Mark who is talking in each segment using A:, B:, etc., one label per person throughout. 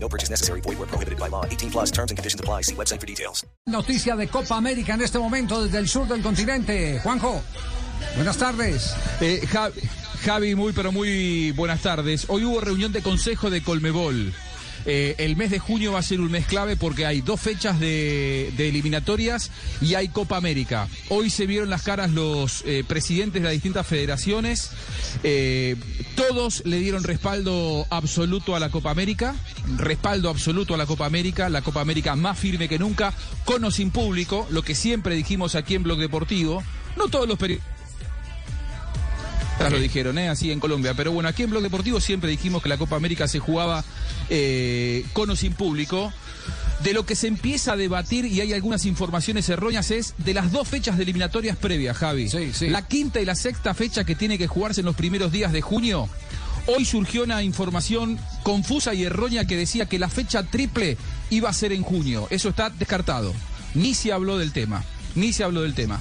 A: No purchase necessary. Void where prohibited by law. 18 plus terms and conditions apply. See website for details.
B: Noticia de Copa América en este momento desde el sur del continente. Juanjo, buenas tardes.
C: Eh, Ja- Javi, muy pero muy buenas tardes. Hoy hubo reunión de consejo de Colmebol. Eh, el mes de junio va a ser un mes clave porque hay dos fechas de, de eliminatorias y hay Copa América. Hoy se vieron las caras los eh, presidentes de las distintas federaciones. Eh, todos le dieron respaldo absoluto a la Copa América. Respaldo absoluto a la Copa América. La Copa América más firme que nunca, con o sin público, lo que siempre dijimos aquí en Blog Deportivo. No todos los periodistas. Ya lo dijeron, ¿eh? así en Colombia. Pero bueno, aquí en Blog Deportivo siempre dijimos que la Copa América se jugaba eh, con o sin público. De lo que se empieza a debatir, y hay algunas informaciones erróneas, es de las dos fechas de eliminatorias previas, Javi.
B: Sí, sí.
C: La quinta y la sexta fecha que tiene que jugarse en los primeros días de junio. Hoy surgió una información confusa y errónea que decía que la fecha triple iba a ser en junio. Eso está descartado. Ni se habló del tema. Ni se habló del tema.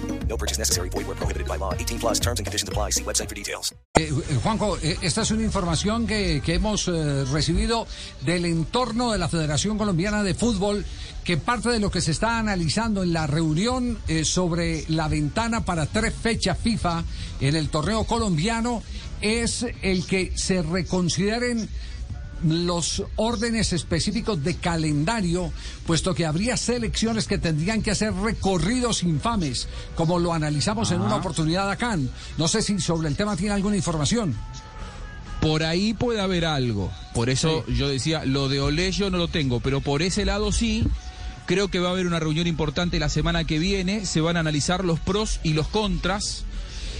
A: No purchase necessary. Void where prohibited by law. 18 plus terms and conditions apply. See website for details.
B: eh, eh, Juanjo, eh, esta es una información que, que hemos eh, recibido del entorno de la Federación Colombiana de Fútbol, que parte de lo que se está analizando en la reunión eh, sobre la ventana para tres fechas FIFA en el torneo colombiano es el que se reconsideren los órdenes específicos de calendario, puesto que habría selecciones que tendrían que hacer recorridos infames, como lo analizamos en una oportunidad acá. No sé si sobre el tema tiene alguna información.
C: Por ahí puede haber algo. Por eso yo decía, lo de Olé yo no lo tengo, pero por ese lado sí. Creo que va a haber una reunión importante la semana que viene. Se van a analizar los pros y los contras.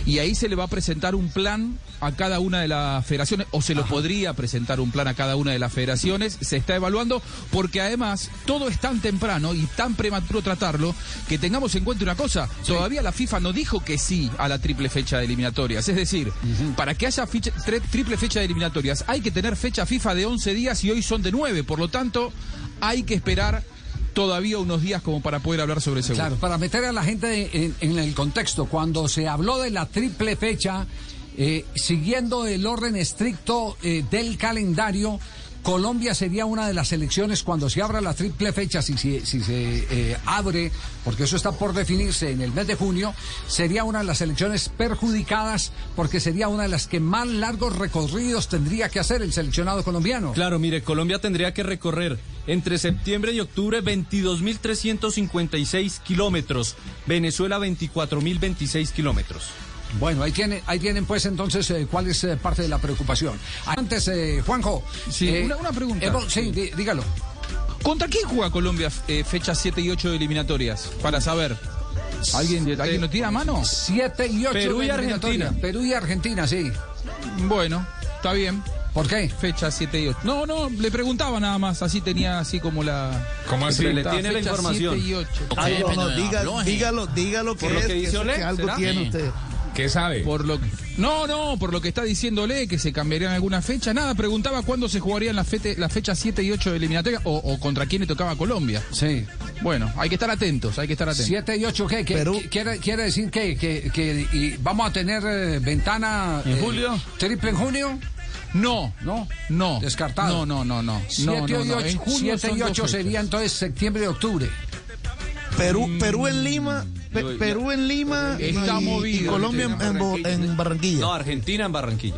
C: Y ahí se le va a presentar un plan a cada una de las federaciones, o se lo podría presentar un plan a cada una de las federaciones. Se está evaluando, porque además todo es tan temprano y tan prematuro tratarlo que tengamos en cuenta una cosa: todavía la FIFA no dijo que sí a la triple fecha de eliminatorias. Es decir, para que haya ficha- tre- triple fecha de eliminatorias, hay que tener fecha FIFA de 11 días y hoy son de 9. Por lo tanto, hay que esperar todavía unos días como para poder hablar sobre ese
B: Claro, para meter a la gente en, en el contexto, cuando se habló de la triple fecha, eh, siguiendo el orden estricto eh, del calendario, Colombia sería una de las elecciones cuando se abra la triple fecha, si, se- si se eh, abre, porque eso está por definirse en el mes de junio, sería una de las elecciones perjudicadas porque sería una de las que más largos recorridos tendría que hacer el seleccionado colombiano.
D: Claro, mire, Colombia tendría que recorrer entre septiembre y octubre 22.356 kilómetros, Venezuela 24.026 kilómetros.
B: Bueno, ahí tienen, ahí tienen pues entonces eh, cuál es eh, parte de la preocupación. Antes, eh, Juanjo.
C: Sí,
B: eh,
C: una- una pregunta.
B: Evo- sí, di- dígalo.
C: ¿Contra quién juega Colombia eh, fecha 7 y 8 de eliminatorias? Para saber. ¿Alguien, ¿alguien lo tira a mano?
B: 7 y 8.
D: Perú y Argentina.
B: Perú y Argentina, sí.
C: Bueno, está bien.
B: ¿Por qué?
C: Fecha 7 y 8. No, no, le preguntaba nada más. Así tenía así como la.
E: ¿Cómo así?
D: Se le tiene la
C: Fecha
D: información.
C: 7 y 8.
F: Algo, no, diga- dígalo, dígalo que
D: Por lo
F: es,
D: que dice Ole,
F: que algo
D: ¿será?
F: tiene usted.
E: ¿Qué sabe?
C: Por lo que- no, no, por lo que está diciéndole que se cambiarían alguna fecha. Nada, preguntaba cuándo se jugarían las fechas la fecha 7 y 8 de eliminatorias o, o contra quién le tocaba a Colombia.
B: Sí.
C: Bueno, hay que estar atentos, hay que estar atentos.
B: 7 y 8, ¿qué? ¿Qué-
F: Perú.
B: qué- quiere, quiere decir que, que- que- y vamos a tener eh, ventana. eh,
C: ¿En julio?
B: ¿Triple en junio?
C: No,
B: No.
C: no. No,
B: Descartado.
C: no, no, no. no,
B: 7
C: no,
B: y
C: no.
B: 8,
C: En junio son dos fechas.
B: sería entonces septiembre y octubre.
F: Perú, Perú en Lima, Pe-
D: yo-
F: Perú en Lima y,
C: Está
F: y
C: movido.
F: Colombia en, en Bo- en Barranquilla.
D: No, Argentina en Barranquilla.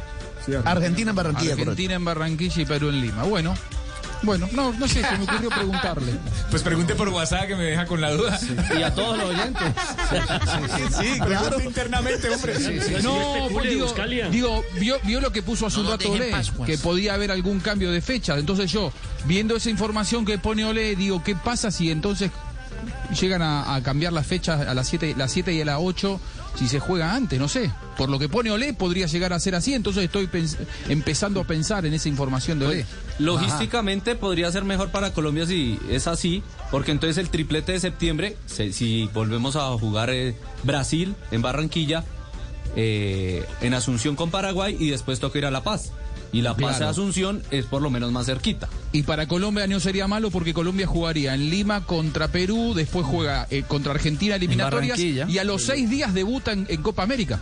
F: Argentina en Barranquilla, correcto.
C: Argentina en Barranquilla y Perú en Lima. Bueno, bueno, no, no sé, se me ocurrió preguntarle.
E: Pues pregunte por WhatsApp que me deja con la duda.
D: Y a todos los oyentes.
F: Sí, claro.
E: Internamente, hombre.
C: No, pues digo, digo, vio, vio lo que puso hace un rato Olé, que podía haber algún cambio de fecha. Entonces yo, viendo esa información que pone Olé, digo, ¿qué pasa si entonces llegan a, a cambiar las fechas a las 7 las siete y a las 8 si se juega antes? No sé. Por lo que pone Olé, podría llegar a ser así. Entonces estoy pens- empezando a pensar en esa información de Olé.
D: Logísticamente podría ser mejor para Colombia si es así, porque entonces el triplete de septiembre, se- si volvemos a jugar eh, Brasil en Barranquilla, eh, en Asunción con Paraguay y después toca ir a La Paz. Y La Paz
C: Claro.
D: a Asunción es por lo menos más cerquita.
C: Y para Colombia no sería malo porque Colombia jugaría en Lima contra Perú, después juega eh, contra Argentina eliminatorias
D: Barranquilla.
C: y a los seis días debuta en, en Copa América.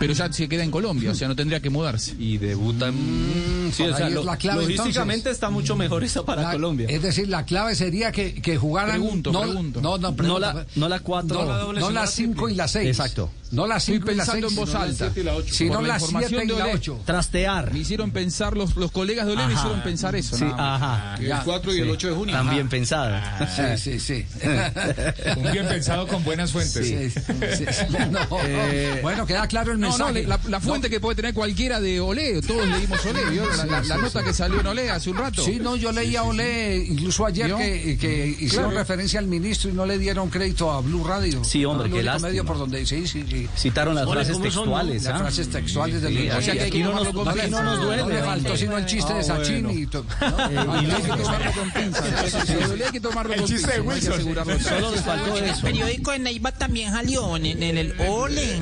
C: Pero ya se queda en Colombia, o sea, no tendría que mudarse.
D: Y debuta en... sí,
B: por
D: o sea,
B: ahí es
D: lo-
B: la clave,
D: logísticamente
B: entonces.
D: está mucho mejor esa para
B: La-
D: Colombia.
B: Es decir, la clave sería que, que jugaran.
C: Pregunto,
B: no,
C: pregunto.
B: No, no,
D: No la- no la cuatro,
B: No,
D: no la
B: no
D: doble,
B: las
D: sino la
B: cinco
D: triple.
B: y las seis.
D: Exacto.
B: No las
C: Estoy
B: cinco y las seis.
C: pensando en voz alta.
B: Sino
C: Por la
B: las
C: información
B: siete y
C: de
B: la
C: Olé.
B: ocho.
F: Trastear.
C: Me hicieron pensar, los, los colegas de Olé me hicieron pensar eso.
F: Sí,
C: nada más.
F: ajá.
B: Ya.
C: 4 y el 8 de junio.
F: También pensada.
B: Ah, Sí, sí, sí.
E: Un bien pensado con buenas fuentes.
B: Sí, sí, sí. No, Bueno, queda claro el
C: No, no,
B: mensaje.
C: le- la, la fuente que puede tener cualquiera de Olé, todos leímos Olé, ¿vio? La, la- la nota que salió en Olé hace un rato.
B: Sí, no, yo leía a Olé, incluso ayer
C: ¿Vio?
B: que, que hicieron
C: Claro.
B: referencia al ministro y no le dieron crédito a Blue Radio. Ah,
G: Sí, hombre,
B: El
G: qué
B: único
G: lástima.
B: medio por donde, sí, sí, sí.
G: Citaron las frases textuales.
B: Las
G: ¿ah?
B: frases textuales del
C: O sea que hay que
G: no nos-
C: tomarlo con
G: aquí no
C: pinzas.
G: nos duele. Ah,
B: No le faltó sino el chiste de Sachin y
G: Eh,
B: to- no,
C: Olé hay que tomarlo con pinzas. Olé hay que tomarlo con pinzas. hay que asegurarlo.
G: Solo les faltó eso.
H: periódico de Neiva también salió en, en el Ole.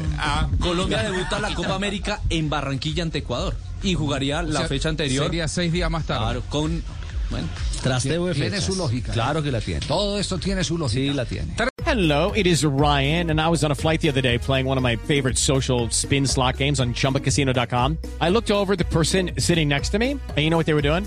D: Colombia debuta la Copa América en Barranquilla ante Ecuador y jugaría
C: O
D: la
C: sea,
D: fecha anterior.
C: Sería seis días más tarde.
D: Claro, con... Bueno.
G: Trasteo de
B: Tiene
G: fechas.
B: su lógica.
G: Claro que la tiene.
B: Todo esto tiene su lógica.
G: Sí, la tiene.
I: Hello, it is Ryan, and I was on a flight the other day playing one of my favorite social spin slot games on chumbacasino.com. I looked over at the person sitting next to me, and you know what they were doing?